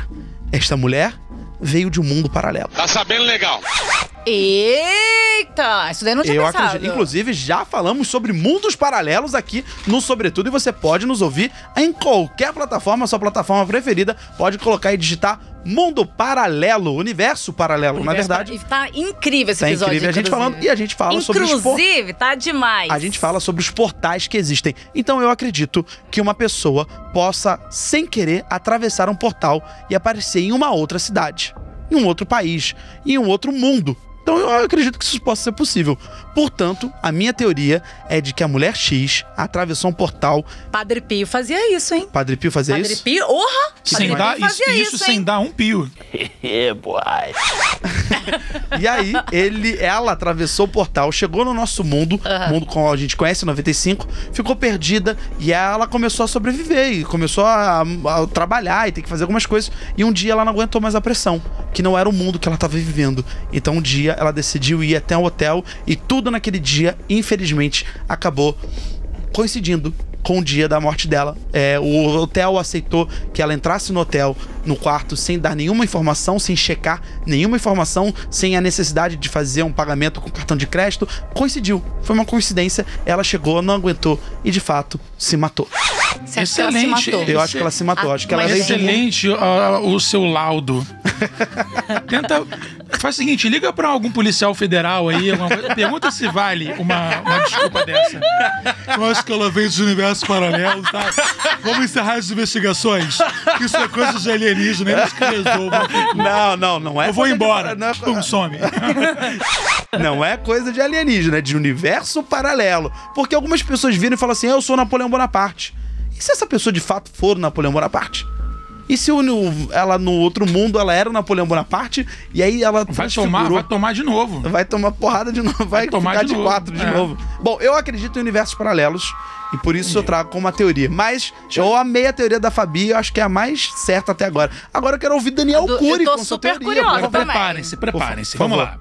Speaker 1: esta mulher veio de um mundo paralelo.
Speaker 4: Eita! Isso daí eu não tinha
Speaker 1: Eu
Speaker 4: pensado.
Speaker 1: acredito. Inclusive, já falamos sobre mundos paralelos aqui no Sobretudo e você pode nos ouvir em qualquer plataforma, sua plataforma preferida. Pode colocar e digitar Mundo Paralelo, Universo Paralelo, na é verdade.
Speaker 4: E Tá incrível esse
Speaker 1: Tá
Speaker 4: episódio.
Speaker 1: incrível a gente
Speaker 4: inclusive.
Speaker 1: falando e a gente fala sobre os por...
Speaker 4: Inclusive, tá demais.
Speaker 1: a gente fala sobre os portais que existem. Então eu acredito que uma pessoa possa sem querer atravessar um portal e aparecer em uma outra cidade, em um outro país, em um outro mundo. Então eu acredito que isso possa ser possível. Portanto, a minha teoria é de que a mulher X atravessou um portal.
Speaker 4: Padre Pio fazia isso, hein?
Speaker 1: Padre Pio fazia
Speaker 4: Padre
Speaker 1: isso?
Speaker 4: Pio, orra!
Speaker 3: Sem
Speaker 4: Padre
Speaker 3: dar
Speaker 4: Pio
Speaker 3: isso,
Speaker 4: fazia
Speaker 3: isso sem
Speaker 4: hein?
Speaker 3: dar um pio.
Speaker 1: E aí, ele, ela atravessou o portal, chegou no nosso mundo, mundo como a gente conhece, 95, ficou perdida e ela começou a sobreviver e começou a, a trabalhar e ter que fazer algumas coisas. E um dia ela não aguentou mais a pressão, que não era o mundo que ela estava vivendo. Então um dia ela decidiu ir até um hotel e tudo naquele dia, infelizmente, acabou coincidindo com o dia da morte dela. É, o hotel aceitou que ela entrasse no hotel, no quarto, sem dar nenhuma informação, sem checar nenhuma informação, sem a necessidade de fazer um pagamento com cartão de crédito. Coincidiu. Foi uma coincidência. Ela chegou, não aguentou e, de fato, se matou.
Speaker 4: Você acha que ela se
Speaker 3: Excelente.
Speaker 4: matou?
Speaker 1: Eu acho que ela se matou.
Speaker 4: Ah,
Speaker 1: acho que ela
Speaker 4: mas
Speaker 1: veio de um mundo-
Speaker 3: Excelente ah, o seu laudo. Tenta. Faz o seguinte, liga pra algum policial federal aí, alguma coisa, pergunta se vale uma, uma desculpa dessa. Eu acho que ela veio de universo paralelo, tá? Vamos encerrar as investigações. Isso é coisa de alienígena, eles que resolvam.
Speaker 1: Não, não, não é.
Speaker 3: Eu vou
Speaker 1: coisa de-
Speaker 3: embora.
Speaker 1: Não é,
Speaker 3: Pum, some.
Speaker 1: não é coisa de alienígena, é de universo paralelo. Porque algumas pessoas viram e falam assim: eu sou Napoleão Bonaparte. E se essa pessoa de fato for o Napoleão Bonaparte? E se o- no- ela no outro mundo ela era o Napoleão Bonaparte e aí ela
Speaker 3: Vai tomar, vai tomar de novo.
Speaker 1: Vai tomar porrada de novo, vai
Speaker 3: tomar
Speaker 1: ficar
Speaker 3: de
Speaker 1: de,
Speaker 3: novo,
Speaker 1: quatro de
Speaker 3: é.
Speaker 1: novo. Bom, eu acredito em universos paralelos e por isso eu trago como uma teoria. Mas eu amei a teoria da Fabi, eu acho que é a mais certa até agora. Agora eu quero ouvir Daniel
Speaker 4: Eu tô-
Speaker 1: Cury
Speaker 4: eu tô
Speaker 1: com sua
Speaker 4: super
Speaker 1: teoria.
Speaker 4: curiosa.
Speaker 1: por
Speaker 3: Agora
Speaker 1: favor.
Speaker 4: também.
Speaker 3: preparem-se, preparem-se.
Speaker 1: Por
Speaker 3: Vamos
Speaker 1: favor.
Speaker 3: lá.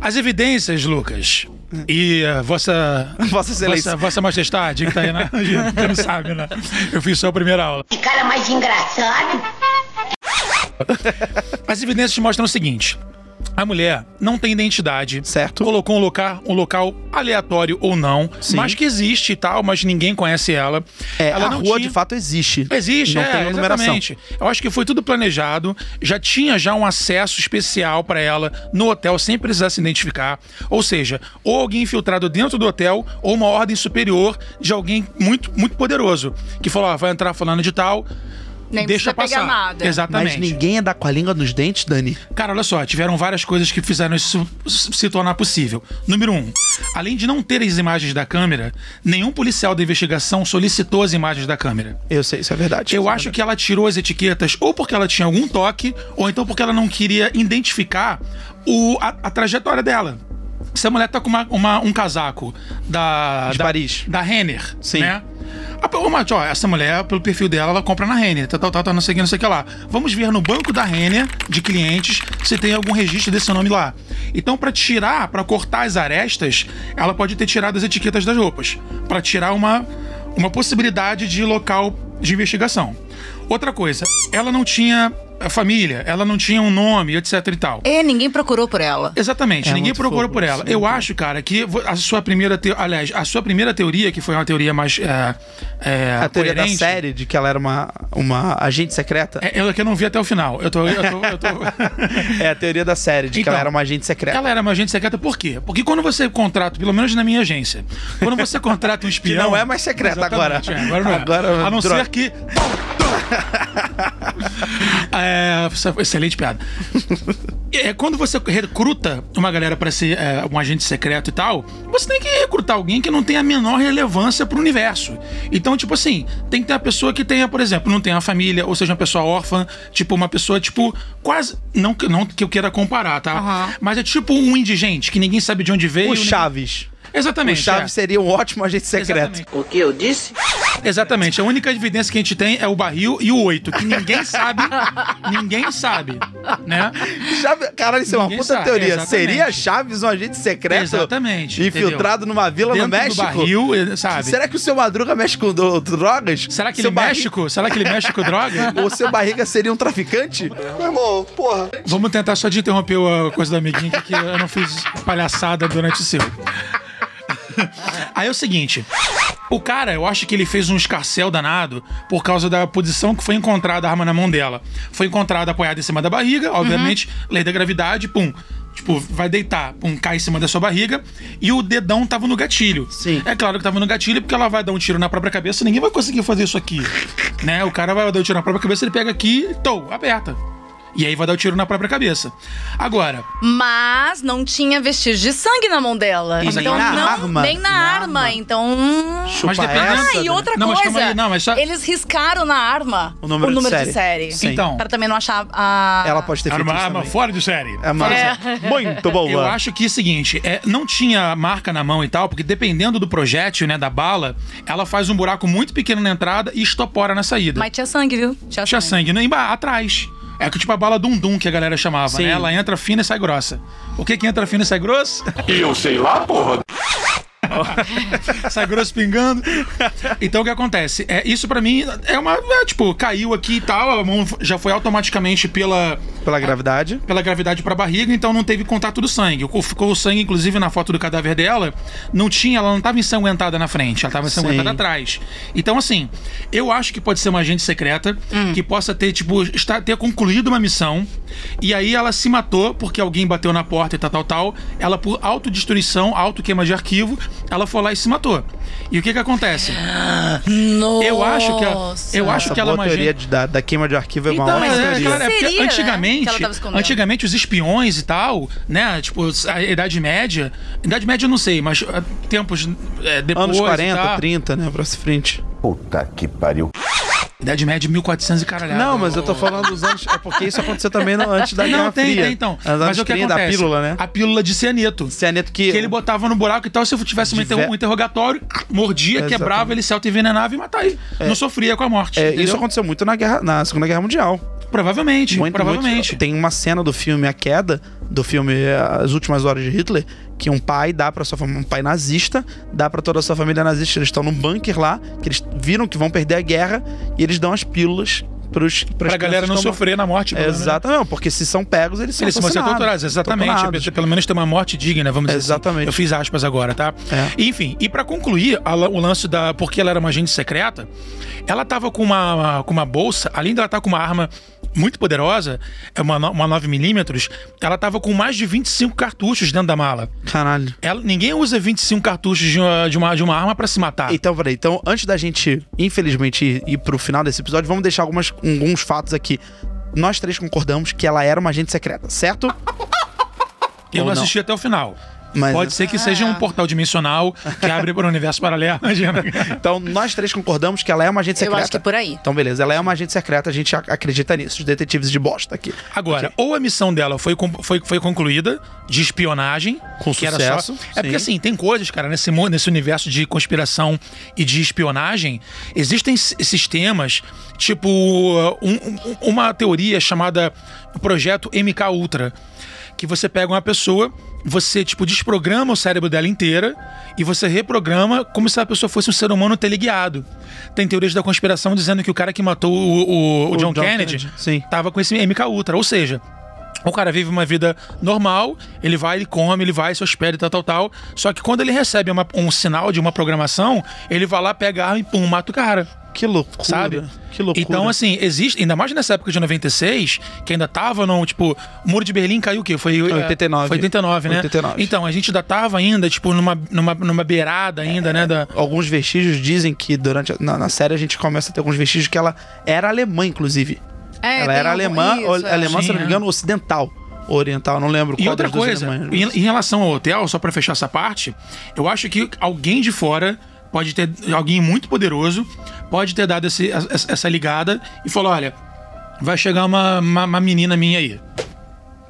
Speaker 3: As evidências, Lucas, e a vossa.
Speaker 1: Vossa Excelência.
Speaker 3: Vossa, vossa Majestade, que tá aí na. que não sabe, né? Eu fiz só a primeira aula.
Speaker 2: Que cara mais engraçado.
Speaker 3: As evidências mostram o seguinte. A mulher não tem identidade.
Speaker 1: Certo.
Speaker 3: Colocou um local, um local aleatório ou não,
Speaker 1: Sim.
Speaker 3: mas que existe e tal, mas ninguém conhece ela.
Speaker 1: É,
Speaker 3: ela
Speaker 1: a
Speaker 3: não
Speaker 1: rua
Speaker 3: tinha-
Speaker 1: de fato existe.
Speaker 3: Existe,
Speaker 1: não
Speaker 3: é,
Speaker 1: tem numeração.
Speaker 3: exatamente. Eu acho que foi tudo planejado. Já tinha já um acesso especial pra ela no hotel sem precisar se identificar. Ou seja, ou alguém infiltrado dentro do hotel ou uma ordem superior de alguém muito muito poderoso que falou, ó, vai entrar falando de tal.
Speaker 4: Nem
Speaker 3: deixa
Speaker 4: precisa pegar
Speaker 3: passar.
Speaker 4: nada.
Speaker 1: Mas
Speaker 3: Exatamente.
Speaker 1: ninguém ia dar com a língua nos dentes, Dani?
Speaker 3: Cara, olha só, tiveram várias coisas que fizeram isso se tornar possível. Número um, além de não ter as imagens da câmera, nenhum policial da investigação solicitou as imagens da câmera.
Speaker 1: Eu sei, isso é verdade.
Speaker 3: Eu acho que ela tirou as etiquetas ou porque ela tinha algum toque, ou então porque ela não queria identificar o- a, a trajetória dela. Se a mulher tá com uma- uma- um casaco da,
Speaker 1: De
Speaker 3: da
Speaker 1: Paris.
Speaker 3: da Renner,
Speaker 1: Sim.
Speaker 3: né? Ah, pô, mas, ó, essa mulher, pelo perfil dela, ela compra na Renner, tá, tal, tal, tal, tal, não sei o que, não sei o que lá. Vamos ver no banco da Renner, de clientes, se tem algum registro desse nome lá. Então, pra tirar, pra cortar as arestas, ela pode ter tirado as etiquetas das roupas, Pra tirar uma, uma possibilidade de local de investigação. Outra coisa, ela não tinha a família, ela não tinha um nome, etc e tal.
Speaker 4: É, ninguém procurou por ela.
Speaker 1: É
Speaker 3: Exatamente, ninguém
Speaker 1: muito
Speaker 3: procura
Speaker 1: fofo
Speaker 3: por ela.
Speaker 1: isso,
Speaker 3: Eu
Speaker 1: muito
Speaker 3: acho, cara, que vo- a sua primeira teoria. Aliás, a sua primeira teoria, que foi uma teoria mais. É, é,
Speaker 1: a teoria
Speaker 3: coerente,
Speaker 1: da série de que ela era uma, uma agente secreta.
Speaker 3: É, eu que eu não vi até o final. Eu tô. Eu tô, eu tô...
Speaker 1: É a teoria da série de que
Speaker 3: Então,
Speaker 1: ela era uma agente secreta.
Speaker 3: Ela era uma agente secreta por quê? Porque quando você contrata, pelo menos na minha agência, quando você contrata um espião.
Speaker 1: não é mais secreta
Speaker 3: Exatamente,
Speaker 1: agora.
Speaker 3: é, agora não é.
Speaker 1: Agora,
Speaker 3: A não
Speaker 1: droga.
Speaker 3: ser que. É, essa foi excelente piada. É, quando você recruta uma galera pra ser é, um agente secreto e tal, você tem que recrutar alguém que não tem a menor relevância pro universo. Então, tipo assim, tem que ter uma pessoa que tenha, por exemplo, não tenha uma família, ou seja, uma pessoa órfã, tipo, uma pessoa, tipo, quase. Não, que- não que eu queira comparar, tá?
Speaker 4: Aham.
Speaker 3: Mas é tipo um indigente, que ninguém sabe de onde veio.
Speaker 1: O
Speaker 3: ninguém-
Speaker 1: Chaves. O
Speaker 3: Exatamente.
Speaker 1: Chaves
Speaker 3: é.
Speaker 1: seria um ótimo agente secreto.
Speaker 3: Exatamente. Exatamente. A única evidência que a gente tem é o barril e o oito, que ninguém sabe. ninguém sabe, né?
Speaker 1: Chaves, caralho, isso é uma
Speaker 3: Ninguém
Speaker 1: puta
Speaker 3: sabe,
Speaker 1: teoria.
Speaker 3: exatamente.
Speaker 1: Seria Chaves um agente secreto?
Speaker 3: Exatamente,
Speaker 1: Infiltrado numa vila
Speaker 3: Dentro
Speaker 1: no México?
Speaker 3: do barril, eh, sabe?
Speaker 1: Será que o seu Madruga mexe com do- drogas?
Speaker 3: Será que ele
Speaker 1: Seu barri-
Speaker 3: mexe com, será que ele mexe com droga?
Speaker 1: O seu barriga seria um traficante?
Speaker 3: Vamos tentar só de interromper a coisa da amiguinha aqui, que eu não fiz palhaçada durante o seu. Aí é o seguinte, o cara, eu acho que ele fez um escarcel danado por causa da posição que foi encontrada a arma na mão dela. Foi encontrada apoiada em cima da barriga,
Speaker 1: Uhum.
Speaker 3: obviamente, lei da gravidade, pum. Tipo, vai deitar, pum, cai em cima da sua barriga e o dedão tava no gatilho.
Speaker 1: Sim.
Speaker 3: É claro que tava no gatilho porque ela vai dar um tiro na própria cabeça, ninguém vai conseguir fazer isso aqui. né? O cara vai dar um tiro na própria cabeça, ele pega aqui, tô, aperta. E aí vai dar o tiro na própria cabeça. Agora,
Speaker 4: Mas não tinha vestígio de sangue na mão dela.
Speaker 1: E
Speaker 4: então,
Speaker 1: nem na
Speaker 4: não,
Speaker 1: arma.
Speaker 4: Nem
Speaker 1: Na
Speaker 4: na, arma.
Speaker 1: arma.
Speaker 4: Então.
Speaker 1: Chupa
Speaker 3: Mas dependendo-
Speaker 1: essa, né?
Speaker 4: Ah, e
Speaker 1: Dani.
Speaker 4: outra
Speaker 3: né? Não, mas
Speaker 4: coisa.
Speaker 3: calma aí, não, mas só-
Speaker 4: Eles riscaram na arma
Speaker 1: O número de série.
Speaker 4: de série.
Speaker 1: Sim.
Speaker 3: Então.
Speaker 4: Pra também não achar a.
Speaker 1: Ela pode ter
Speaker 3: era
Speaker 1: feito
Speaker 3: É uma
Speaker 1: isso
Speaker 3: arma
Speaker 1: também.
Speaker 3: fora de série.
Speaker 1: É uma... Muito boa.
Speaker 3: Eu acho que é o seguinte, é, não tinha marca na mão e tal, porque dependendo do projétil, né, da bala, ela faz um buraco muito pequeno na entrada e estopora na saída.
Speaker 4: Mas assim. tinha sangue, viu?
Speaker 3: Tinha sangue né, emba- atrás. É que tipo a bala dum-dum que a galera chamava,
Speaker 1: Sim.
Speaker 3: né? Ela entra fina e sai grossa. O que que entra fina e sai grosso?
Speaker 6: Eu sei lá, porra.
Speaker 3: sai grosso pingando. Então o que acontece? É, isso pra mim é uma. é, tipo, caiu aqui e tal, a mão já foi automaticamente pela,
Speaker 1: Pela gravidade.
Speaker 3: pela gravidade pra barriga, então não teve contato do sangue. O- Ficou o sangue, inclusive, na foto do cadáver dela, não tinha, ela não tava ensanguentada na frente, ela tava ensanguentada
Speaker 1: Sim.
Speaker 3: atrás. Então, assim, eu acho que pode ser uma agente secreta que possa ter, tipo, estar, ter concluído uma missão e aí ela se matou porque alguém bateu na porta e tal, tal, tal. Ela, por autodestruição, autoqueima de arquivo, ela foi lá e se matou. E o que que acontece?
Speaker 4: Nossa.
Speaker 3: Eu acho que ela, eu acho
Speaker 1: Essa
Speaker 3: que ela é
Speaker 1: boa
Speaker 3: uma
Speaker 1: teoria
Speaker 3: agente
Speaker 1: de- da, da queima de arquivo é uma
Speaker 3: então,
Speaker 1: ótima
Speaker 3: é,
Speaker 1: teoria.
Speaker 3: claro, é porque
Speaker 4: Seria, né, que ela
Speaker 3: antigamente,
Speaker 4: tava escondendo.
Speaker 3: antigamente os espiões e tal, né? Tipo, a Idade Média. Idade Média eu não sei, mas ah, tempos é, depois.
Speaker 1: Anos
Speaker 3: e
Speaker 1: 40,
Speaker 3: tal.
Speaker 1: 30, né? Pra esse frente.
Speaker 6: Puta que pariu.
Speaker 3: Idade Média 1400 e caralhada.
Speaker 1: Não, mas eu tô falando dos anos. É porque isso aconteceu também no- antes da Guerra
Speaker 3: É, Não, tem,
Speaker 1: Fria.
Speaker 3: tem, então.
Speaker 1: Nos anos
Speaker 3: mas o que
Speaker 1: 30,
Speaker 3: acontece?
Speaker 1: a pílula, né?
Speaker 3: A pílula de cianeto.
Speaker 1: Cianeto que.
Speaker 3: Que ele botava no buraco e tal, se eu tivesse uma
Speaker 1: Diver-
Speaker 3: inter- um interrogatório, mordia,
Speaker 1: Exatamente.
Speaker 3: quebrava, ele se auto-envenenava e matava aí. Não sofria com a morte.
Speaker 1: É,
Speaker 3: entendeu?
Speaker 1: isso aconteceu muito na, guerra, na Segunda Guerra Mundial.
Speaker 3: Provavelmente,
Speaker 1: Muito,
Speaker 3: Tipo, provavelmente.
Speaker 1: muito. Tem uma cena do filme A Queda, do filme eh, As Últimas Horas de Hitler, que um pai dá pra sua família, um pai nazista, dá pra toda a sua família nazista. Eles estão num bunker lá, que eles viram que vão perder a guerra, e eles dão as pílulas pros,
Speaker 3: Pra
Speaker 1: as
Speaker 3: galera
Speaker 1: crianças
Speaker 3: não
Speaker 1: que estão-
Speaker 3: sofrer na morte. pelo menos, né?
Speaker 1: Exatamente, porque se são pegos, eles são
Speaker 3: Eles vão ser
Speaker 1: assassinados,
Speaker 3: torturados, exatamente.
Speaker 1: torturados.
Speaker 3: Pelo menos ter uma morte digna, vamos dizer
Speaker 1: Exatamente.
Speaker 3: assim. Eu fiz aspas agora, tá?
Speaker 1: É.
Speaker 3: Enfim, e pra concluir a la- o lance da... Porque ela era uma agente secreta, ela tava com uma, uma- com uma bolsa, além dela estar com uma arma muito poderosa, é uma, no- uma 9mm, ela tava com mais de 25 cartuchos dentro da mala.
Speaker 1: Caralho.
Speaker 3: Ela- ninguém usa 25 cartuchos de uma, de uma, de uma arma pra se matar.
Speaker 1: Então, peraí. Então, antes da gente, infelizmente, ir, ir pro final desse episódio, vamos deixar algumas, alguns fatos aqui. Nós três concordamos que ela era uma agente secreta, certo?
Speaker 3: Eu
Speaker 1: Ou
Speaker 3: não
Speaker 1: não.
Speaker 3: assisti até o final.
Speaker 1: Mas-
Speaker 3: Pode ser que seja um portal dimensional que abre para o universo paralelo, imagina.
Speaker 1: Então, nós três concordamos que ela é uma agente
Speaker 4: Eu
Speaker 1: secreta.
Speaker 4: acho que é por aí.
Speaker 1: Então, beleza. Ela é uma agente secreta, a gente ac- acredita nisso. Os detetives de bosta aqui.
Speaker 3: Agora, ou a missão dela foi, com- foi, foi concluída de espionagem.
Speaker 1: Com
Speaker 3: que era
Speaker 1: sucesso,
Speaker 3: só- É porque
Speaker 1: sim.
Speaker 3: assim, tem coisas, cara, nesse, mu- nesse universo de conspiração e de espionagem, existem s- sistemas, tipo um- um- uma teoria chamada Projeto MK Ultra, que você pega uma pessoa você, tipo, desprograma o cérebro dela inteira e você reprograma como se a pessoa fosse um ser humano teleguiado. Tem teorias da conspiração dizendo que o cara que matou o, o- o John,
Speaker 1: John
Speaker 3: Kennedy,
Speaker 1: Kennedy, sim.
Speaker 3: tava com esse MK Ultra, ou seja. O cara vive uma vida normal, ele vai, ele come, ele vai, se hospeda e tal, tal, tal. Só que quando ele recebe uma- um sinal de uma programação, ele vai lá, pega a arma e pum, mata o cara
Speaker 1: Que loucura.
Speaker 3: sabe?
Speaker 1: Que loucura.
Speaker 3: Então, assim, existe, ainda mais nessa época de 96, que ainda tava no, tipo, o Muro de Berlim caiu o quê? Foi eh,
Speaker 1: 89.
Speaker 3: Foi 89, né?
Speaker 1: 89.
Speaker 3: Então, a gente ainda tava ainda, tipo, numa, numa, numa beirada ainda, né? Da,
Speaker 1: alguns vestígios dizem que durante a- na, na série a gente começa a ter alguns vestígios que ela era alemã, inclusive.
Speaker 4: É,
Speaker 1: ela
Speaker 4: tem
Speaker 1: era
Speaker 4: algum-
Speaker 1: alemã,
Speaker 4: isso,
Speaker 1: ou-
Speaker 4: é.
Speaker 1: alemã, se
Speaker 3: Sim,
Speaker 1: não me
Speaker 3: é.
Speaker 1: engano, ocidental, oriental, não lembro
Speaker 3: E
Speaker 1: qual
Speaker 3: outra
Speaker 1: das duas né?
Speaker 3: coisa,
Speaker 1: Alemanhas,
Speaker 3: em,
Speaker 1: mas-
Speaker 3: em relação ao hotel, só pra fechar essa parte, eu acho que alguém de fora pode ter alguém muito poderoso pode ter dado esse- essa, essa ligada e falou, olha, vai chegar uma, uma, uma menina minha aí,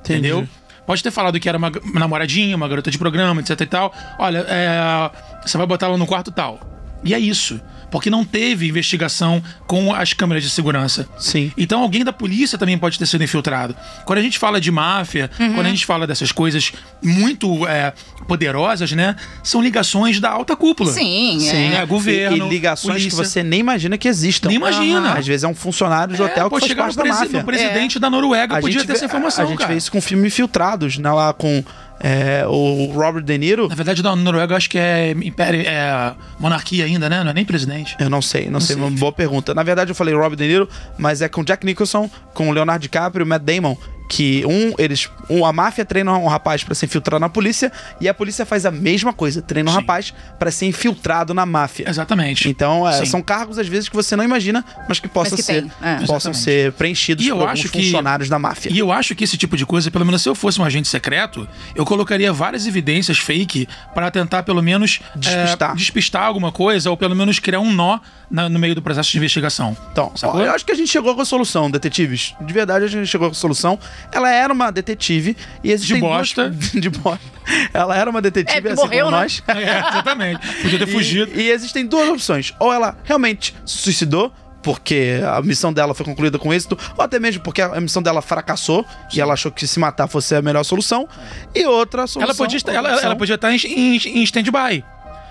Speaker 1: Entendi.
Speaker 3: entendeu? Pode ter falado que era uma, uma namoradinha, uma garota de programa, etc e tal. Olha, é, você vai botar ela no quarto tal. E é isso. Porque não teve investigação com as câmeras de segurança.
Speaker 1: Sim.
Speaker 3: Então alguém da polícia também pode ter sido infiltrado. Quando a gente fala de máfia, quando a gente fala dessas coisas muito é, poderosas, né? São ligações da alta cúpula.
Speaker 4: Sim,
Speaker 3: Sim, é, governo.
Speaker 1: E, e ligações
Speaker 3: polícia.
Speaker 1: que você nem imagina que existam.
Speaker 3: Nem imagina.
Speaker 1: Às vezes é um funcionário de hotel
Speaker 3: É,
Speaker 1: que
Speaker 3: pode
Speaker 1: faz
Speaker 3: chegar
Speaker 1: parte
Speaker 3: no,
Speaker 1: da
Speaker 3: presi-
Speaker 1: máfia.
Speaker 3: no presidente da Noruega, podia ter
Speaker 1: vê-
Speaker 3: essa informação,
Speaker 1: a gente
Speaker 3: cara.
Speaker 1: vê isso com filmes filtrados, né? Lá com é, o Robert De Niro.
Speaker 3: Na verdade, da Noruega, eu acho que é, império, é monarquia ainda, né? Não é nem presidente.
Speaker 1: Eu não sei, não, sei, uma boa pergunta. Na verdade, eu falei Robert De Niro, mas é com Jack Nicholson, com Leonardo DiCaprio, Matt Damon, que um eles, um, a máfia treina um rapaz pra se infiltrar na polícia e a polícia faz a mesma coisa, treina um
Speaker 3: Sim.
Speaker 1: rapaz pra ser infiltrado na máfia.
Speaker 3: Exatamente.
Speaker 1: Então, é,
Speaker 3: Sim.
Speaker 1: são cargos às vezes que você não imagina, mas que possam
Speaker 4: que
Speaker 1: ser,
Speaker 4: tem, é.
Speaker 1: possam
Speaker 3: Exatamente.
Speaker 1: ser preenchidos
Speaker 3: E eu
Speaker 1: por alguns
Speaker 3: acho que-
Speaker 1: funcionários da máfia.
Speaker 3: E eu acho que esse tipo de coisa, pelo menos se eu fosse um agente secreto, eu colocaria várias evidências fake para tentar pelo menos é,
Speaker 1: Despistar.
Speaker 3: despistar alguma coisa ou pelo menos criar um nó na- no meio do processo de investigação.
Speaker 1: Então,
Speaker 3: Sacou?
Speaker 1: ó, eu acho que a gente chegou com a solução, detetives. De verdade, a gente chegou com a solução. Ela era uma detetive e existem
Speaker 3: De
Speaker 1: duas-
Speaker 3: bosta.
Speaker 1: de bosta. Ela era uma detetive,
Speaker 4: É, porque
Speaker 1: assim
Speaker 4: morreu,
Speaker 1: como
Speaker 4: né?
Speaker 1: nós.
Speaker 3: É, exatamente. Podia ter
Speaker 1: E-
Speaker 3: fugido.
Speaker 1: E, existem duas opções. Ou ela realmente se suicidou, porque a missão dela foi concluída com êxito, ou até mesmo porque a missão dela fracassou e ela achou que se matar fosse a melhor solução. E outra solução.
Speaker 3: Ela podia, estar- ela,
Speaker 1: opção-
Speaker 3: ela podia estar em, em, em stand-by.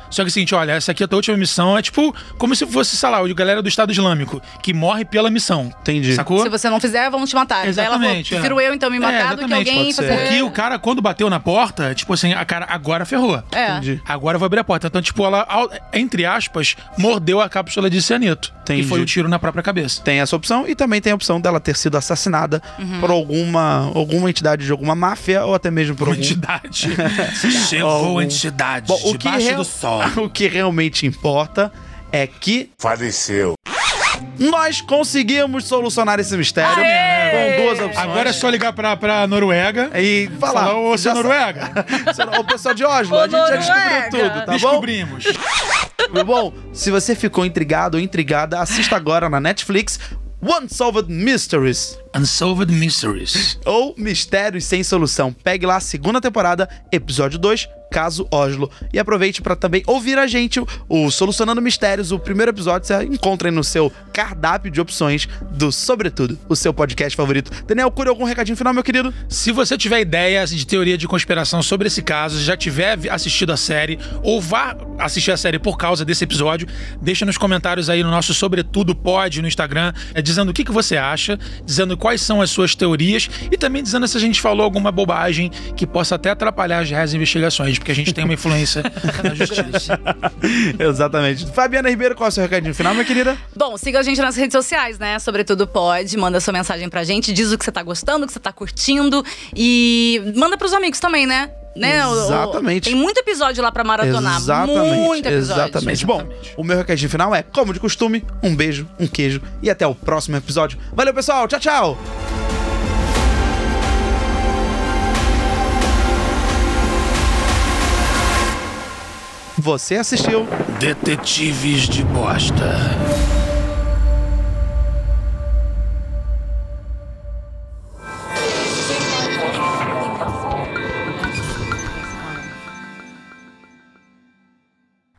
Speaker 3: Só que é o seguinte, olha, essa aqui é a tua última missão. É tipo, como se fosse, sei lá, o galera do Estado Islâmico, que morre pela missão.
Speaker 1: Entendi.
Speaker 3: Sacou?
Speaker 4: Se você não fizer, vão te matar. Daí ela falou,
Speaker 3: Exatamente.
Speaker 4: prefiro
Speaker 3: é.
Speaker 4: eu então me
Speaker 3: É,
Speaker 4: matar do que
Speaker 3: exatamente,
Speaker 4: alguém
Speaker 1: pode ser.
Speaker 4: fazer.
Speaker 3: Porque o cara, quando bateu na porta, tipo assim, a cara agora ferrou.
Speaker 4: É.
Speaker 1: Entendi.
Speaker 3: Agora eu vou abrir a porta. Então, tipo, ela, ao- entre aspas, mordeu a cápsula de cianeto.
Speaker 1: Entendi.
Speaker 3: E foi o tiro na própria cabeça.
Speaker 1: Tem essa opção e também tem a opção dela ter sido assassinada
Speaker 4: Uhum.
Speaker 1: por alguma, alguma entidade de alguma máfia ou até mesmo por
Speaker 3: Uma
Speaker 1: algum
Speaker 3: entidade. Chegou
Speaker 1: Algum-
Speaker 3: a entidade
Speaker 1: Bom, o que,
Speaker 3: debaixo
Speaker 1: real-
Speaker 3: do sol.
Speaker 1: o que realmente importa é que
Speaker 6: Faleceu.
Speaker 1: nós conseguimos solucionar esse mistério com duas opções.
Speaker 3: Agora é só ligar pra, pra Noruega
Speaker 1: E
Speaker 3: e
Speaker 1: falar.
Speaker 3: falar, ô,
Speaker 1: já
Speaker 3: seu
Speaker 1: sa-
Speaker 3: Noruega,
Speaker 1: Senhor- Ô, pessoal de Oslo, a gente já descobriu tudo, tá bom?
Speaker 3: descobrimos.
Speaker 1: Bom, se você ficou intrigado ou intrigada, assista agora na Netflix Unsolved Mysteries.
Speaker 3: Unsolved Mysteries.
Speaker 1: ou Mistérios Sem Solução. Pegue lá a segunda temporada, episódio 2, Caso Oslo. E aproveite para também ouvir a gente, o- o Solucionando Mistérios, o primeiro episódio, você encontra aí no seu cardápio de opções do Sobretudo, o seu podcast favorito. Daniel, cura algum recadinho final, meu querido?
Speaker 3: Se você tiver ideias de teoria de conspiração sobre esse caso, já tiver vi- assistido a série ou vá assistir a série por causa desse episódio, deixa nos comentários aí no nosso Sobretudo Pod no Instagram, eh, dizendo o que, que você acha, dizendo quais são as suas teorias e também dizendo se a gente falou alguma bobagem que possa até atrapalhar as reais investigações, porque a gente tem uma influência na justiça.
Speaker 1: Exatamente. Fabiana Ribeiro, qual é o seu recadinho final, minha querida?
Speaker 4: Bom, siga a gente nas redes sociais, né? Sobretudo pode, manda sua mensagem pra gente, diz o que você tá gostando, o que você tá curtindo e manda pros amigos também, né? Né, o- o-
Speaker 1: Exatamente.
Speaker 4: tem muito episódio lá pra maratonar. Muito episódio.
Speaker 1: Exatamente. Bom, o meu recadinho final é, como de costume, um beijo, um queijo e até o próximo episódio. Valeu, pessoal. Tchau, tchau. Você assistiu
Speaker 3: Detetives de bosta.